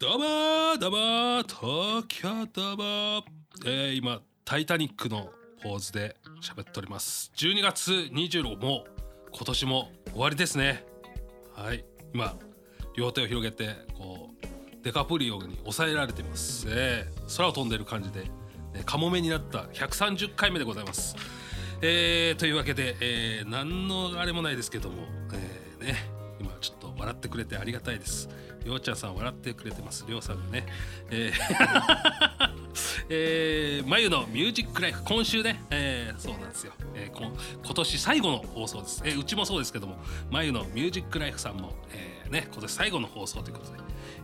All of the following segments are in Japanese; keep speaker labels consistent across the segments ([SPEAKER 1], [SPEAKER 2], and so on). [SPEAKER 1] どうもーどうもー東京どうもーえー今「タイタニック」のポーズで喋っております12月26もう今年も終わりですねはい今両手を広げてこうデカプリオに抑えられています、えー空を飛んでる感じで、ね、カモメになった130回目でございますえーというわけで、えー何のあれもないですけども、えーね、今ちょっと笑ってくれてありがたいです。りょうちゃんさん笑ってくれてます。りょうさんがね。えー えー、まゆのミュージックライフ今週ね、えーそうなんですよ、えーこん今年最後の放送です、えーうちもそうですけどもまゆのミュージックライフさんも、えーね、今年最後の放送ということで、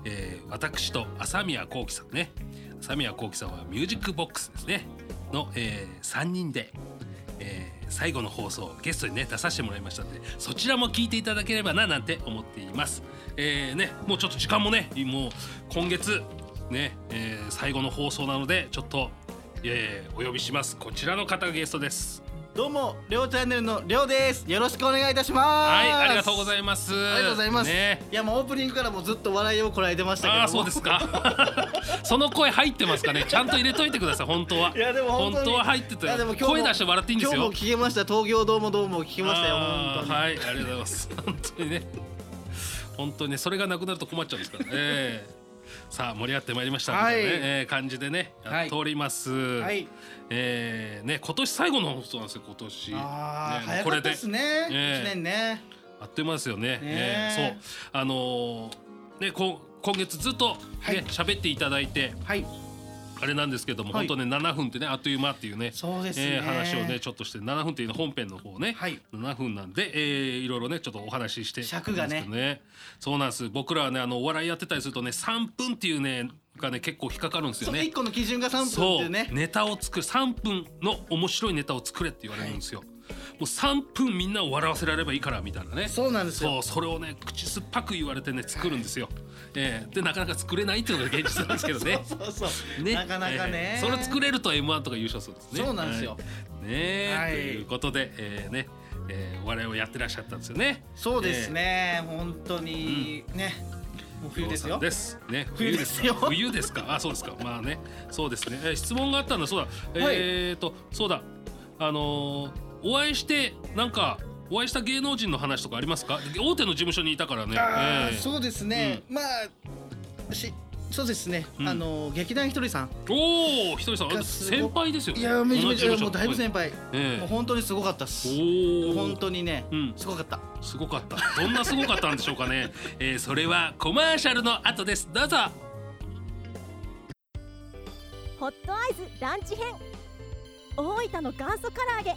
[SPEAKER 1] えー私と朝宮幸輝さんね朝宮幸輝さんはミュージックボックスですねの、え3人でえー最後の放送ゲストにね出させてもらいましたんでそちらも聞いていただければななんて思っています、えーねもうちょっと時間もねもう今月ね、えー最後の放送なのでちょっと、えーお呼びしますこちらの方がゲストです
[SPEAKER 2] どうも、りょうチャンネルのりょうです。よろしくお願いいたします。
[SPEAKER 1] はいありがとうござ
[SPEAKER 2] い
[SPEAKER 1] います
[SPEAKER 2] まありがとうございます。
[SPEAKER 1] ね
[SPEAKER 2] いや、もうオープニングからもうずっと笑いをこらえてましたけども。
[SPEAKER 1] ああそうですか その声入ってますかねちゃんと入れといてください本当はい
[SPEAKER 2] や、でも本
[SPEAKER 1] 本
[SPEAKER 2] 当に
[SPEAKER 1] 当は入ってて
[SPEAKER 2] いやでも今日も
[SPEAKER 1] 声出して笑っていいんですよ
[SPEAKER 2] 今日も聞けました。東京どうもどうも聞きましたよ。
[SPEAKER 1] あ
[SPEAKER 2] 本
[SPEAKER 1] ー
[SPEAKER 2] 当に。
[SPEAKER 1] はい、ありがとうございます。 本当にね。本当にね、それがなくなると困っちゃうんです から。ええさあ、盛り上がってまいりましたみたいなね、
[SPEAKER 2] はい
[SPEAKER 1] えー感じでね、やっております。
[SPEAKER 2] はい
[SPEAKER 1] ええね、今年最後の放送なんですよ、今年。
[SPEAKER 2] ああ、
[SPEAKER 1] ね
[SPEAKER 2] 早かったですね。一、
[SPEAKER 1] ええ
[SPEAKER 2] 年ね。
[SPEAKER 1] あっという間ですよね。
[SPEAKER 2] ね
[SPEAKER 1] ええそう、あのーね、こう、今月ずっと、ね、
[SPEAKER 2] はい
[SPEAKER 1] 喋、っていただいて。
[SPEAKER 2] はい。
[SPEAKER 1] あれなんですけども、
[SPEAKER 2] はい
[SPEAKER 1] 本当ね7分ってねあっという間っていうね
[SPEAKER 2] そうです
[SPEAKER 1] え
[SPEAKER 2] ね
[SPEAKER 1] ー話をねちょっとして7分っていうの本編の方ね、
[SPEAKER 2] はい
[SPEAKER 1] 7分なんで、えーいろいろねちょっとお話しして
[SPEAKER 2] 尺がね
[SPEAKER 1] ですけどそうなんです僕らはねあのお笑いやってたりするとね3分っていうねがね結構引っかかるんです
[SPEAKER 2] そ
[SPEAKER 1] よ
[SPEAKER 2] う、一
[SPEAKER 1] ね。
[SPEAKER 2] 個の基準が三分っていうね。
[SPEAKER 1] ネタを作る3分の面白いネタを作れって言われるんですよ。もう3分みんなを笑わせられればいいからみたいなね
[SPEAKER 2] そうなんですよ
[SPEAKER 1] そうそれをね口酸っぱく言われてね作るんですよ、えーでなかなか作れないっていうのが現実なんですけどね
[SPEAKER 2] そうそう。
[SPEAKER 1] ね、
[SPEAKER 2] なかなか
[SPEAKER 1] え
[SPEAKER 2] ね。
[SPEAKER 1] ーそれ作れると M1 とか優勝するんですね。
[SPEAKER 2] そうなんですよ
[SPEAKER 1] はいねえ、
[SPEAKER 2] はい
[SPEAKER 1] ということで、えーね、えー、お笑いをやってらっしゃったんですよね。
[SPEAKER 2] そうですね。本当に、ね。もう冬ですよ。
[SPEAKER 1] です。ね、
[SPEAKER 2] 冬ですよ
[SPEAKER 1] 冬ですか。あ、そうですか。まあね、そうですね。えー質問があったんだ。そうだ。
[SPEAKER 2] はい
[SPEAKER 1] えっ、と、そうだ。あのーお会いしてなんかお会いした芸能人の話とかありますか。大手の事務所にいたからね。
[SPEAKER 2] あー
[SPEAKER 1] えー
[SPEAKER 2] そうですね、まあしそうですね、
[SPEAKER 1] うん
[SPEAKER 2] あの劇団ひとりさん
[SPEAKER 1] おお、ひとりさん、あ
[SPEAKER 2] がすご
[SPEAKER 1] 先
[SPEAKER 2] く
[SPEAKER 1] 輩ですよね。
[SPEAKER 2] いやめちゃめちゃ
[SPEAKER 1] 同じ事務所
[SPEAKER 2] もうだいぶ先輩、
[SPEAKER 1] ええ
[SPEAKER 2] もう本当にすごかったっす
[SPEAKER 1] おお。
[SPEAKER 2] 本当にね、
[SPEAKER 1] うん
[SPEAKER 2] すごかった
[SPEAKER 1] すごかった。どんなすごかったんでしょうかね。 えーそれはコマーシャルの後です。どうぞ。
[SPEAKER 3] ホットアイズランチ編大分の元祖唐揚げ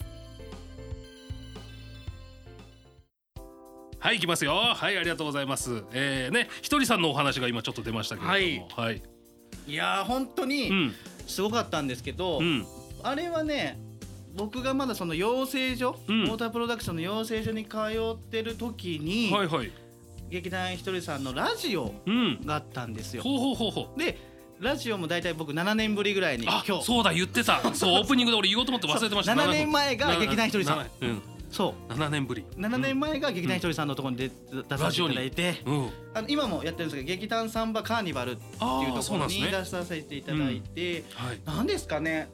[SPEAKER 1] はい、行きますよ。はい、ありがとうございます。えー、ね、ひとりさんのお話が今ちょっと出ましたけれども。はい。
[SPEAKER 2] いやー本当
[SPEAKER 1] う
[SPEAKER 2] に
[SPEAKER 1] ん。
[SPEAKER 2] すごかったんですけど、
[SPEAKER 1] うん。
[SPEAKER 2] あれはね僕がまだその養成所、
[SPEAKER 1] うん
[SPEAKER 2] モータープロダクションの養成所に通ってる時に、
[SPEAKER 1] はいはい。
[SPEAKER 2] 劇団ひとりさんのラジオ
[SPEAKER 1] うん。
[SPEAKER 2] があったんですよ
[SPEAKER 1] ほうほうほうほう。
[SPEAKER 2] でラジオも大体僕7年ぶりぐらいに今
[SPEAKER 1] あ
[SPEAKER 2] 日、
[SPEAKER 1] そうだ、言ってた。そう、オープニングで俺言おうと思って忘れてました。
[SPEAKER 2] そう7年前が
[SPEAKER 1] なな
[SPEAKER 2] 劇団ひとりさん
[SPEAKER 1] なうん。
[SPEAKER 2] そう
[SPEAKER 1] 7年ぶり。
[SPEAKER 2] 7年前が劇団ひとりさんのところに出,、出させていただいて、
[SPEAKER 1] うん。うん。
[SPEAKER 2] あの今もやってるんですけど劇団サンバカーニバルっていうと
[SPEAKER 1] あーそ
[SPEAKER 2] こ
[SPEAKER 1] うなん
[SPEAKER 2] ろ
[SPEAKER 1] です
[SPEAKER 2] に
[SPEAKER 1] ね
[SPEAKER 2] 出させていただいて
[SPEAKER 1] はい。
[SPEAKER 2] なん、ですかね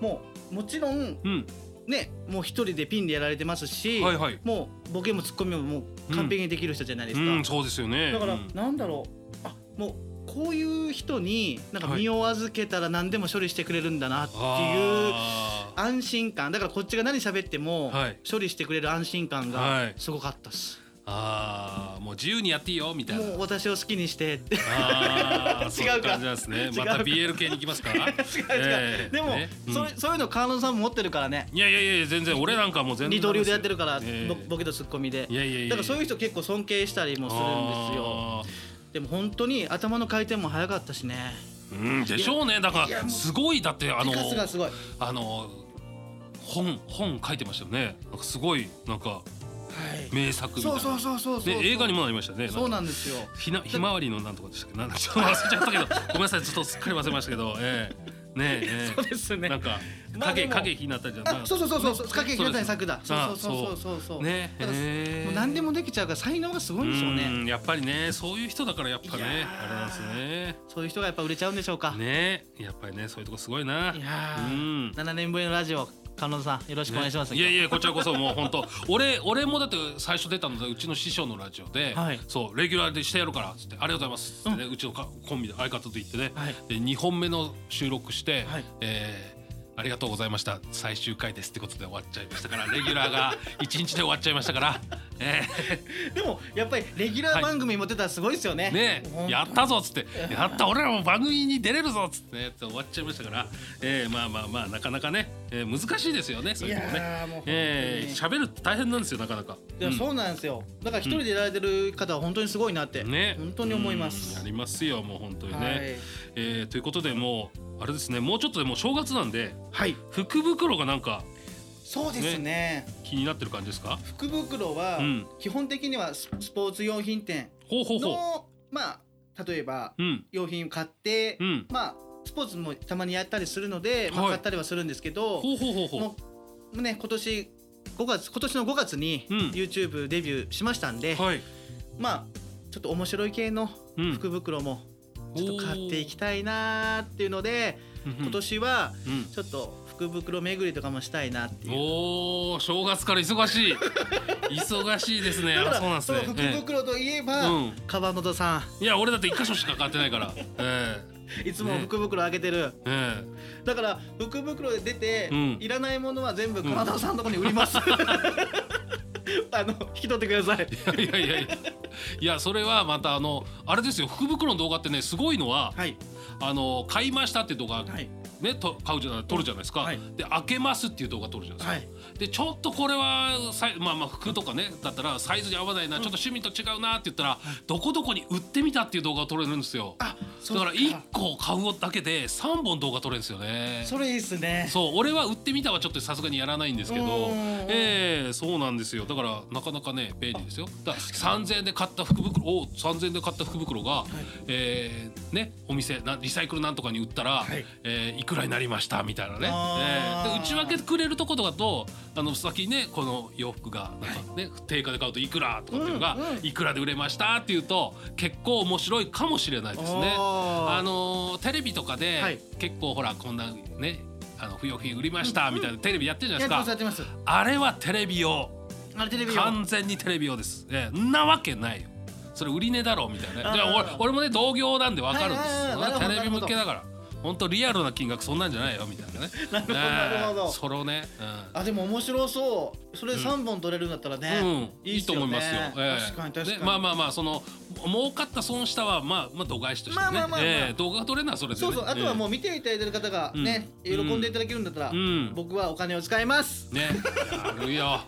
[SPEAKER 2] もうもちろん
[SPEAKER 1] うん。
[SPEAKER 2] ねもう一人でピンでやられてますし、
[SPEAKER 1] はいはい
[SPEAKER 2] もうボケもツッコミももう完璧にできる人じゃないですか、
[SPEAKER 1] うん、そうですよね。
[SPEAKER 2] だから、
[SPEAKER 1] うん
[SPEAKER 2] なんだろうあもうこういう人になんか身を預けたら何でも処理してくれるんだなっていう
[SPEAKER 1] あ
[SPEAKER 2] 安心感だからこっちが何喋っても
[SPEAKER 1] はい
[SPEAKER 2] 処理してくれる安心感
[SPEAKER 1] は
[SPEAKER 2] が
[SPEAKER 1] い
[SPEAKER 2] すごかったっす、
[SPEAKER 1] ーあー、もう自由にやっていいよみたいな。
[SPEAKER 2] もう私を好きにしてって
[SPEAKER 1] あーそう
[SPEAKER 2] 違
[SPEAKER 1] い
[SPEAKER 2] うか
[SPEAKER 1] う感じなんですね。また
[SPEAKER 2] 違うか
[SPEAKER 1] BL 系に行きますか。違う
[SPEAKER 2] 違う違う、でも、それそういうのカーノンさんも持ってるからね
[SPEAKER 1] いやいやいや全然俺なんかもう全然
[SPEAKER 2] 二刀流でやってるから、
[SPEAKER 1] ええ
[SPEAKER 2] ボボケとツッコミで
[SPEAKER 1] いやいやいや
[SPEAKER 2] だからそういう人結構尊敬したりもするんですよでも本当に頭の回転も早かったしね
[SPEAKER 1] すよ。うんでしょうね。だか
[SPEAKER 2] いや
[SPEAKER 1] ら
[SPEAKER 2] もう
[SPEAKER 1] すごいだってあの
[SPEAKER 2] 手数がすごい
[SPEAKER 1] あの本本書いてましたよねなんかすごいなんか
[SPEAKER 2] はい
[SPEAKER 1] 名作みたい
[SPEAKER 2] そ
[SPEAKER 1] な
[SPEAKER 2] うそうそうそうそう
[SPEAKER 1] ね映画にもなりましたね
[SPEAKER 2] そ
[SPEAKER 1] な
[SPEAKER 2] う
[SPEAKER 1] んか
[SPEAKER 2] なんですよ
[SPEAKER 1] ひなひまわりのなんとかでしたっけなんかちょっと忘れちゃったけどごめんなさいちょっとすっかり忘れましたけどええねええ
[SPEAKER 2] そうです
[SPEAKER 1] え
[SPEAKER 2] ね
[SPEAKER 1] なんか
[SPEAKER 2] まあ
[SPEAKER 1] 影
[SPEAKER 2] でも
[SPEAKER 1] 影ひなたじゃな
[SPEAKER 2] あそうそうそうそう
[SPEAKER 1] そ
[SPEAKER 2] そう
[SPEAKER 1] う
[SPEAKER 2] 掛
[SPEAKER 1] です
[SPEAKER 2] けたい作だそ
[SPEAKER 1] あ
[SPEAKER 2] うそうそうそうそうそう
[SPEAKER 1] ね
[SPEAKER 2] だから
[SPEAKER 1] え
[SPEAKER 2] もう何でもできちゃうから才能がすごいんでしょうね
[SPEAKER 1] んやっぱりねそういう人だからやっぱね
[SPEAKER 2] いやー
[SPEAKER 1] あれなんですね
[SPEAKER 2] そういう人がやっぱ売れちゃうんでしょうか
[SPEAKER 1] ねやっぱりねそういうとこすごいない
[SPEAKER 2] や
[SPEAKER 1] う
[SPEAKER 2] ー
[SPEAKER 1] ん
[SPEAKER 2] 7年ぶりのラジオ観音さんよろしくお願いします、
[SPEAKER 1] ねいやいやこちらこそもう本当俺俺もだって最初出たのでうちの師匠のラジオで、
[SPEAKER 2] はい
[SPEAKER 1] そうレギュラーでしてやるからっつってありがとうございますっつって、ねうちのかコンビで相方と言ってね、
[SPEAKER 2] はい
[SPEAKER 1] で2本目の収録して、
[SPEAKER 2] はい
[SPEAKER 1] えーありがとうございました最終回ですってことで終わっちゃいましたからレギュラーが1日で終わっちゃいましたから、え
[SPEAKER 2] でもやっぱりレギュラー番組持ってたらすごいですよね、
[SPEAKER 1] ー ね
[SPEAKER 2] ほん
[SPEAKER 1] やったぞっつってやった俺らも番組に出れるぞっつって、ね、終わっちゃいましたから、えーまあまあまあなかなかね、えー難しいですよねそう
[SPEAKER 2] い
[SPEAKER 1] いうのもね。
[SPEAKER 2] やーもう本当に
[SPEAKER 1] えー喋るって大変なんですよなかなか。
[SPEAKER 2] いや
[SPEAKER 1] うん
[SPEAKER 2] そうなんですよだから一人でやられてる方は本当にすごいなって、
[SPEAKER 1] ね、
[SPEAKER 2] 本当に思いま
[SPEAKER 1] う
[SPEAKER 2] す
[SPEAKER 1] んやりますよもう本当にね、
[SPEAKER 2] はい
[SPEAKER 1] えーということでもうあれですねもうちょっとでもう正月なんで
[SPEAKER 2] はい
[SPEAKER 1] 福袋がなんか
[SPEAKER 2] そうですね
[SPEAKER 1] 気になってる感じですか
[SPEAKER 2] 福袋は
[SPEAKER 1] うん
[SPEAKER 2] 基本的にはススポーツ用品店
[SPEAKER 1] ほうほう
[SPEAKER 2] の
[SPEAKER 1] ほ
[SPEAKER 2] まあ例えば
[SPEAKER 1] ううん
[SPEAKER 2] 用品を買って、
[SPEAKER 1] うん
[SPEAKER 2] まあスポーツもたまにやったりするので、まあ
[SPEAKER 1] はい
[SPEAKER 2] 買ったりはするんですけど
[SPEAKER 1] ほうほうほうほう
[SPEAKER 2] もうね今年5月今年の5月に
[SPEAKER 1] うん
[SPEAKER 2] YouTube デビューしましたんで、
[SPEAKER 1] はい、
[SPEAKER 2] まあちょっと面白い系の
[SPEAKER 1] うん、
[SPEAKER 2] 福袋もちょっと買っていきたいなーっていうので今年は
[SPEAKER 1] うん
[SPEAKER 2] ちょっと福袋巡りとかもしたいなっていう。
[SPEAKER 1] おー正月から忙し い忙しいですね
[SPEAKER 2] だ
[SPEAKER 1] あ
[SPEAKER 2] から
[SPEAKER 1] そうなんですね
[SPEAKER 2] そう福
[SPEAKER 1] ええ
[SPEAKER 2] 袋といえば、
[SPEAKER 1] うん
[SPEAKER 2] 川本さ
[SPEAKER 1] いや俺だって一箇所しか買ってないからえ
[SPEAKER 2] んいつも福袋あげてる、
[SPEAKER 1] えええ
[SPEAKER 2] だから福袋で出て、
[SPEAKER 1] うん
[SPEAKER 2] いらないものは全部川本さんのとこに売り ます、あの引き取ってください
[SPEAKER 1] いやいやいやいやそれはまたあのあれですよ福袋の動画ってねすごいのは、
[SPEAKER 2] はい
[SPEAKER 1] あの買いましたっていう動画、
[SPEAKER 2] はい
[SPEAKER 1] ねと買うじゃない撮るじゃないですか、
[SPEAKER 2] はい
[SPEAKER 1] で開けますっていう動画撮るじゃないですか、
[SPEAKER 2] はい
[SPEAKER 1] でちょっとこれはサイまあまあ服とかねだったらサイズに合わないな、ちょっと趣味と違うなって言ったらどこどこに売ってみたっていう動画を撮れるんですよ
[SPEAKER 2] あ
[SPEAKER 1] だから1個買うだけで3本動画撮れるんですよね
[SPEAKER 2] それいいっすね
[SPEAKER 1] そう俺は売ってみたはちょっとさすがにやらないんですけど
[SPEAKER 2] うん
[SPEAKER 1] ええそうなんですよだからなかなかね便利ですよだから3,000円で買った福袋を3,000円で買った福袋が、えーねお店なリサイクルなんとかに売ったら、
[SPEAKER 2] はい
[SPEAKER 1] いえーいくらになりましたみたいなね、え
[SPEAKER 2] あー
[SPEAKER 1] ーで内訳くれるとことかとあの先にねこの洋服がなんか、ね定価で買うといくらとかっていうのが、
[SPEAKER 2] うんうん
[SPEAKER 1] いくらで売れましたっていうと結構面白いかもしれないですね。あ
[SPEAKER 2] あの
[SPEAKER 1] のーテレビとかで、
[SPEAKER 2] はい
[SPEAKER 1] 結構ほらこんなねあの不要品売りましたみたいなテレビやってるじゃな
[SPEAKER 2] や
[SPEAKER 1] い
[SPEAKER 2] って
[SPEAKER 1] で
[SPEAKER 2] ますす
[SPEAKER 1] か、
[SPEAKER 2] やってます
[SPEAKER 1] あれはテレビ用
[SPEAKER 2] あのテレビを
[SPEAKER 1] 完全にテレビ用ですええんなわけないよそれ売り値だろうみたいな
[SPEAKER 2] あー
[SPEAKER 1] ねで俺俺もね同業なんでわかるんです、
[SPEAKER 2] はいはいはい
[SPEAKER 1] そんな
[SPEAKER 2] なるほど
[SPEAKER 1] テレビ向けだから本当リアルな金額そんなんじゃないよみたいなね
[SPEAKER 2] なるほどなるほど
[SPEAKER 1] ええそれをね、
[SPEAKER 2] あでも面白そうそれ三本取れるんだったら
[SPEAKER 1] うん
[SPEAKER 2] ね、
[SPEAKER 1] うん、いいと思いますよ。ええ
[SPEAKER 2] 確かに確かに、
[SPEAKER 1] でまあまあまあその儲かった損したはまあまあ度外視としてね。
[SPEAKER 2] まあまあまあまあ
[SPEAKER 1] ええ動画が撮れるのはそれで、ね。
[SPEAKER 2] そうそうあとはも
[SPEAKER 1] う、
[SPEAKER 2] う見ていただいてる方がね、
[SPEAKER 1] うん
[SPEAKER 2] 喜んでいただけるんだったら、
[SPEAKER 1] うん
[SPEAKER 2] 僕はお金を使います
[SPEAKER 1] ね、やるよ。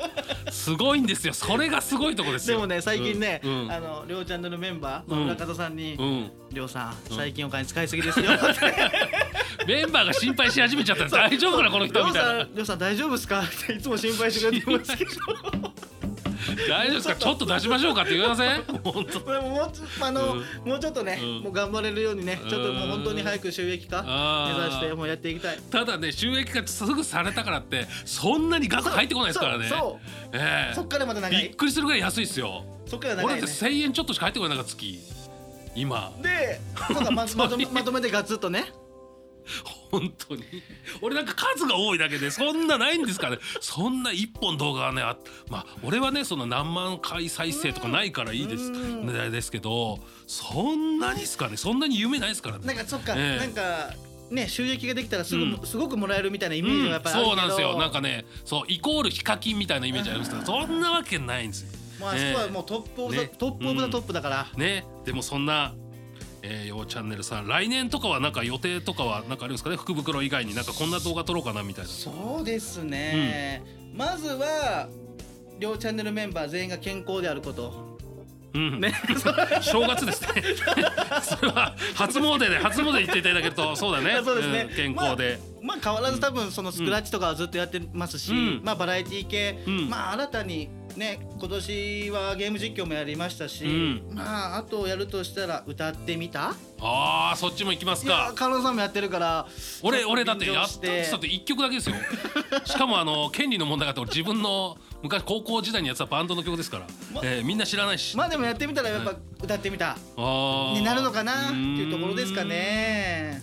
[SPEAKER 1] すごいんですよ。それがすごいとこです
[SPEAKER 2] で
[SPEAKER 1] よ。
[SPEAKER 2] もね最近ね、
[SPEAKER 1] うんうん
[SPEAKER 2] あのりょうチャンネルメンバー
[SPEAKER 1] う
[SPEAKER 2] の
[SPEAKER 1] ん
[SPEAKER 2] 村方さんに
[SPEAKER 1] うん
[SPEAKER 2] 「りょうさん最近お金使いすぎです よ」って
[SPEAKER 1] メンバーが心配し始めちゃったら大丈夫かなこの
[SPEAKER 2] り
[SPEAKER 1] 人
[SPEAKER 2] ょ
[SPEAKER 1] み
[SPEAKER 2] う
[SPEAKER 1] たい
[SPEAKER 2] さ
[SPEAKER 1] なん
[SPEAKER 2] りょうさん大丈夫ですか?」っていつも心配してくれてますけど
[SPEAKER 1] 大丈夫ですかちょっと出しましょうかって言いません本当
[SPEAKER 2] これももうちょあの、もうちょっとね、
[SPEAKER 1] うん
[SPEAKER 2] もう頑張れるようにねちょっともう本当に早く収益化
[SPEAKER 1] あー
[SPEAKER 2] 目指してもうやっていきたい。
[SPEAKER 1] ただね収益化すぐされたからってそんなに額入ってこないですからね
[SPEAKER 2] そうそう
[SPEAKER 1] ええ
[SPEAKER 2] そっからまた長
[SPEAKER 1] びっ
[SPEAKER 2] い
[SPEAKER 1] くりするぐらい安いですよ
[SPEAKER 2] そっから
[SPEAKER 1] 俺
[SPEAKER 2] 長
[SPEAKER 1] だっ
[SPEAKER 2] い、
[SPEAKER 1] て
[SPEAKER 2] ね、
[SPEAKER 1] 1000円ちょっとしか入ってこないなんか月今
[SPEAKER 2] でなんかま まとめまとめてガツッとね
[SPEAKER 1] 本当に俺なんか数が多いだけでそんなないんですからねそんな一本動画はねあまあ俺はねその何万回再生とかないからいいです
[SPEAKER 2] うん
[SPEAKER 1] ねですけどそんなにですかねそんなに夢ないですから
[SPEAKER 2] な
[SPEAKER 1] ね
[SPEAKER 2] んかそっか、
[SPEAKER 1] ええ
[SPEAKER 2] なんかね収益ができたらすぐ、
[SPEAKER 1] うん
[SPEAKER 2] すごくもらえるみたいなイ
[SPEAKER 1] う
[SPEAKER 2] メージ
[SPEAKER 1] ん
[SPEAKER 2] がやっぱりあるけ
[SPEAKER 1] そ
[SPEAKER 2] ど、
[SPEAKER 1] うなんですよなんかねそうイコールヒカキンみたいなイメージありますけどそんなわけないんですよ
[SPEAKER 2] まああそこはもうトップオブザ、
[SPEAKER 1] ね
[SPEAKER 2] トップオブザトップだから、
[SPEAKER 1] ねでもそんなえー、ようチャンネルさん来年とかはなんか予定とかはなんかあるんですかね福袋以外になんかこんな動画撮ろうかなみたいな
[SPEAKER 2] そうですね、まずは両チャンネルメンバー全員が健康であること
[SPEAKER 1] うん
[SPEAKER 2] ね
[SPEAKER 1] 正月ですね。それは初詣で初��ğode 行っていただけるとそうだね。
[SPEAKER 2] そうですね
[SPEAKER 1] ん健康で。
[SPEAKER 2] まあ変わらず多分そのスクラッチとかはずっとやってますし、
[SPEAKER 1] うん
[SPEAKER 2] まあバラエティ系、
[SPEAKER 1] うん
[SPEAKER 2] まあ新たにね今年はゲーム実況もやりましたし、
[SPEAKER 1] う
[SPEAKER 2] まああとやるとしたら歌ってみた
[SPEAKER 1] あーそっちも行きます
[SPEAKER 2] いや
[SPEAKER 1] か
[SPEAKER 2] ーカノンさんもやってるから
[SPEAKER 1] 俺俺だって
[SPEAKER 2] ちょ
[SPEAKER 1] や
[SPEAKER 2] と
[SPEAKER 1] った
[SPEAKER 2] 緊張し
[SPEAKER 1] ってだって一曲だけですよしかもあの権利の問題があって俺自分の昔高校時代にやってたバンドの曲ですから、
[SPEAKER 2] ま
[SPEAKER 1] えーみんな知らないし、
[SPEAKER 2] まあでもやってみたらやっぱ歌ってみた
[SPEAKER 1] あー
[SPEAKER 2] になるのかなっていうところですかね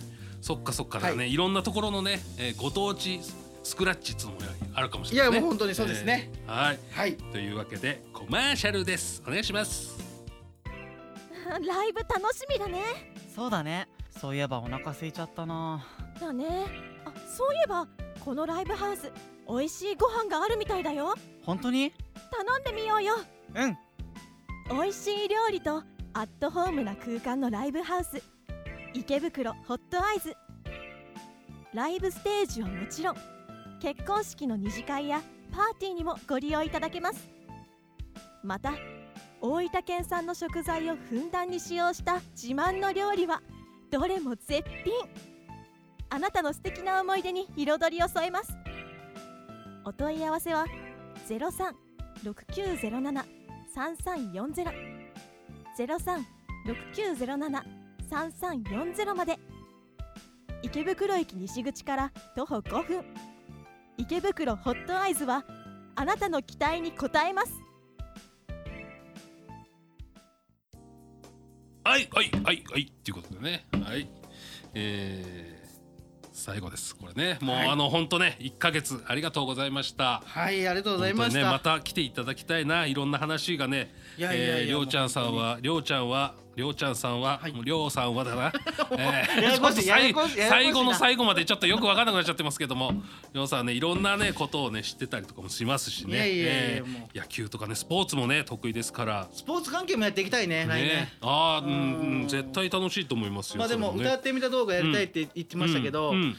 [SPEAKER 1] うーんそっかそっかだ
[SPEAKER 2] はい
[SPEAKER 1] ね、い、ろんなところのね、えーご当地スクラッチっつうのもあるかもしれない、ね、
[SPEAKER 2] いやもう本当にそうですね、
[SPEAKER 1] えーはい
[SPEAKER 2] はい
[SPEAKER 1] というわけでコマーシャルですお願いします
[SPEAKER 3] ライブ楽しみだね
[SPEAKER 4] そうだねそういえばお腹空いちゃったな
[SPEAKER 3] だねあそういえばこのライブハウス美味しいご飯があるみたいだよ
[SPEAKER 4] 本当に
[SPEAKER 3] 頼んでみようよ
[SPEAKER 4] うん
[SPEAKER 3] 美味しい料理とアットホームな空間のライブハウス池袋ホットアイズライブステージはもちろん結婚式の二次会やパーティーにもご利用いただけますまた大分県産の食材をふんだんに使用した自慢の料理はどれも絶品あなたの素敵な思い出に彩りを添えますお問い合わせは036907 3340ゼロ三六九ゼロ七三三四ゼロまで池袋駅西口から徒歩5分池袋ホットアイズはあなたの期待に応えます
[SPEAKER 1] はいはいはいはいっていうことでねはいえー最後ですこれねもう、
[SPEAKER 2] はい
[SPEAKER 1] あの本当ね1ヶ月ありがとうございました
[SPEAKER 2] はいありがとうございま
[SPEAKER 1] 本
[SPEAKER 2] した、
[SPEAKER 1] 当にね、また来ていただきたいないろんな話がね
[SPEAKER 2] いやいやいや
[SPEAKER 1] えーりょうちゃんさんはりょうちゃんはりょうちゃんさんは、
[SPEAKER 2] はい
[SPEAKER 1] もうりょうさんはだ な、えー
[SPEAKER 2] ややこしい
[SPEAKER 1] ちょっと
[SPEAKER 2] ややこしいや
[SPEAKER 1] 最
[SPEAKER 2] やこしいな
[SPEAKER 1] 後の最後までちょっとよくわからなくなっちゃってますけどもりょうさんはねいろんなねことをね知ってたりとかもしますしね
[SPEAKER 2] いやいやいや
[SPEAKER 1] えー
[SPEAKER 2] も
[SPEAKER 1] 野球とかねスポーツもね得意ですから
[SPEAKER 2] スポーツ関係もやっていきたいね来年
[SPEAKER 1] ねあーうん
[SPEAKER 2] うん
[SPEAKER 1] うん絶対楽しいと思いますよ
[SPEAKER 2] まあでも
[SPEAKER 1] それね
[SPEAKER 2] 歌ってみた動画やりたいって言ってましたけど、
[SPEAKER 1] うんうん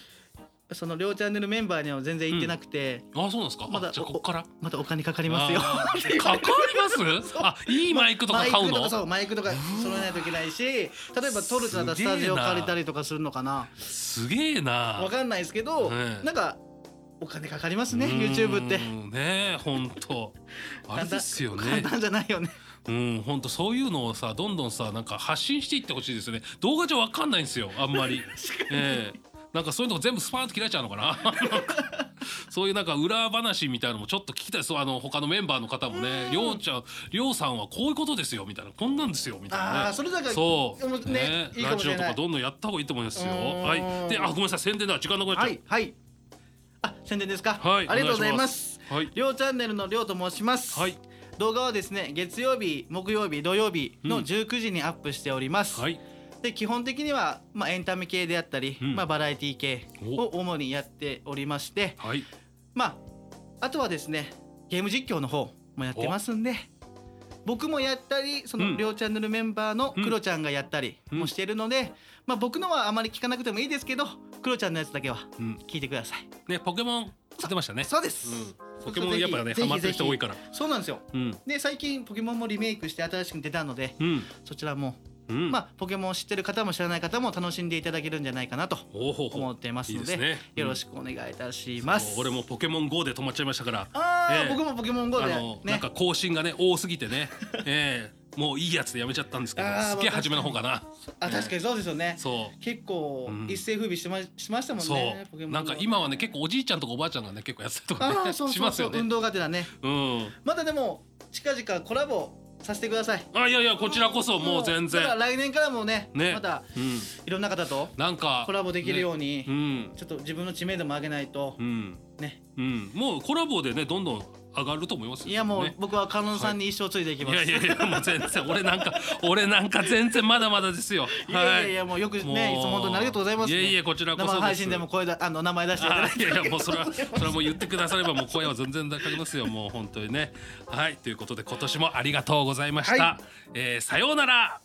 [SPEAKER 2] その両チャンネルメンバーには全然行ってなくて、
[SPEAKER 1] あそうなんですか
[SPEAKER 2] まだ
[SPEAKER 1] あじゃあこっから
[SPEAKER 2] またお金かかりますよ
[SPEAKER 1] あ ーかかりますあいいマイクとか
[SPEAKER 2] マイ
[SPEAKER 1] 買う
[SPEAKER 2] クと
[SPEAKER 1] の
[SPEAKER 2] かそうマイクとか揃えないといけないし例えば撮るとなったらスタジオ借りたりとかするのかな
[SPEAKER 1] すげえな
[SPEAKER 2] わかんないですけど、
[SPEAKER 1] ね
[SPEAKER 2] なんかお金かかります
[SPEAKER 1] う
[SPEAKER 2] ね
[SPEAKER 1] ーん
[SPEAKER 2] YouTube って
[SPEAKER 1] ねえ本当あれですよ
[SPEAKER 2] 簡
[SPEAKER 1] ね
[SPEAKER 2] 単じゃないよね
[SPEAKER 1] うん本当そういうのをさどんどんさなんか発信していってほしいですよね動画じゃわかんないんですよあん まりええなんかそういうの全部スパーンと切られちゃうのかななんかそういうなんか裏話みたいなのもちょっと聞きたいそうあの他のメンバーの方もねりょうちゃんりょうさんはこういうことですよみたいなこんなんですよみたいな、ね、
[SPEAKER 2] ああそれだから
[SPEAKER 1] そ
[SPEAKER 2] でも
[SPEAKER 1] う、
[SPEAKER 2] ねいいか
[SPEAKER 1] ラ
[SPEAKER 2] もし
[SPEAKER 1] ジオ
[SPEAKER 2] れ
[SPEAKER 1] と
[SPEAKER 2] な
[SPEAKER 1] か
[SPEAKER 2] い
[SPEAKER 1] どんどんやった方がいいと思いますよ。
[SPEAKER 2] うーん
[SPEAKER 1] はい、で、あ、ごめんなさい、宣伝だ、時間なくなっちゃう。
[SPEAKER 2] はいはいあ宣伝ですか、
[SPEAKER 1] はい
[SPEAKER 2] ありがとうござい
[SPEAKER 1] お願
[SPEAKER 2] ま
[SPEAKER 1] い
[SPEAKER 2] す
[SPEAKER 1] はい、
[SPEAKER 2] 両チャンネルのりょうと申します、
[SPEAKER 1] はい、
[SPEAKER 2] 動画はですね月曜日木曜日土曜日
[SPEAKER 1] う
[SPEAKER 2] の
[SPEAKER 1] ん
[SPEAKER 2] 19時にアップしております、
[SPEAKER 1] はい、
[SPEAKER 2] で基本的には、まあ、エンタメ系であったり、
[SPEAKER 1] うん
[SPEAKER 2] まあ、バラエティ系を主にやっておりまして
[SPEAKER 1] はい、
[SPEAKER 2] まああとはですねゲーム実況の方もやってますんで僕もやったりそ
[SPEAKER 1] うん
[SPEAKER 2] の両チャンネルメンバーの
[SPEAKER 1] うん
[SPEAKER 2] クロちゃんがやったりもしてるので、まあ、僕のはあまり聞かなくてもいいですけどクロちゃんのやつだけは
[SPEAKER 1] うん、
[SPEAKER 2] 聞いてください
[SPEAKER 1] ね、ポケモン、やってましたね。
[SPEAKER 2] そうです、
[SPEAKER 1] うん、ポケモン、やっぱね、
[SPEAKER 2] ぜ
[SPEAKER 1] ハ
[SPEAKER 2] ひ
[SPEAKER 1] マってる人多いから。
[SPEAKER 2] そうなんですよ
[SPEAKER 1] うん、
[SPEAKER 2] で最近ポケモンもリメイクして新しく出たので
[SPEAKER 1] うん、
[SPEAKER 2] そちらも
[SPEAKER 1] うん、
[SPEAKER 2] まあ、ポケモンを知ってる方も知らない方も楽しんでいただけるんじゃないかなと
[SPEAKER 1] おほほ
[SPEAKER 2] 思ってますので
[SPEAKER 1] いいですね
[SPEAKER 2] よろしくお願いいたします。
[SPEAKER 1] もう俺もポケモン GO で止まっちゃいましたから。
[SPEAKER 2] あー
[SPEAKER 1] ええ
[SPEAKER 2] 僕もポケモン GO で
[SPEAKER 1] あの、なん
[SPEAKER 2] ね
[SPEAKER 1] か更新がね、多すぎてね。 ええ、もういいやつでやめちゃったんですけど
[SPEAKER 2] あ、ー
[SPEAKER 1] すげえ初めの方かな。
[SPEAKER 2] あ確かにそうですよね
[SPEAKER 1] そう。
[SPEAKER 2] 結構
[SPEAKER 1] うん
[SPEAKER 2] 一世風靡してましましたもん
[SPEAKER 1] そ
[SPEAKER 2] ねポケ
[SPEAKER 1] う
[SPEAKER 2] モン
[SPEAKER 1] なんか今はね結構おじいちゃんとかおばあちゃんがね結構やってたりと
[SPEAKER 2] あ
[SPEAKER 1] か
[SPEAKER 2] ー
[SPEAKER 1] ね
[SPEAKER 2] そう
[SPEAKER 1] し
[SPEAKER 2] そ
[SPEAKER 1] ま
[SPEAKER 2] う
[SPEAKER 1] す
[SPEAKER 2] そう、
[SPEAKER 1] よね
[SPEAKER 2] 運動がてらね
[SPEAKER 1] うん
[SPEAKER 2] またでも近々コラボさせてください
[SPEAKER 1] あいやいやこちらこそもう全然
[SPEAKER 2] だから来年からもね
[SPEAKER 1] ね
[SPEAKER 2] また
[SPEAKER 1] うん
[SPEAKER 2] いろんな方と
[SPEAKER 1] なんか
[SPEAKER 2] コラボできるよう
[SPEAKER 1] に、
[SPEAKER 2] に、
[SPEAKER 1] うん
[SPEAKER 2] ちょっと自分の知名度も上げないと
[SPEAKER 1] う、ん
[SPEAKER 2] ね
[SPEAKER 1] うんもうコラボでねどんどん上がると思いますよ
[SPEAKER 2] いやもう、
[SPEAKER 1] ね
[SPEAKER 2] 僕はカノンさんに一生ついていき
[SPEAKER 1] い
[SPEAKER 2] ます、
[SPEAKER 1] やいやいやもう全然俺なんか俺なんか全然まだまだですよはい
[SPEAKER 2] いやいやいやもうよく
[SPEAKER 1] もう
[SPEAKER 2] ねいつも本当にありがとうございます、ね。
[SPEAKER 1] いやいやこちらこそです
[SPEAKER 2] 生配信でも声だあの名前出していただ
[SPEAKER 1] あ
[SPEAKER 2] い
[SPEAKER 1] い
[SPEAKER 2] て。
[SPEAKER 1] やいやもうそれはそれはもう言ってくださればもう声は全然かけますよもう本当にねはいということで今年もありがとうございました、
[SPEAKER 2] は
[SPEAKER 1] えーさようなら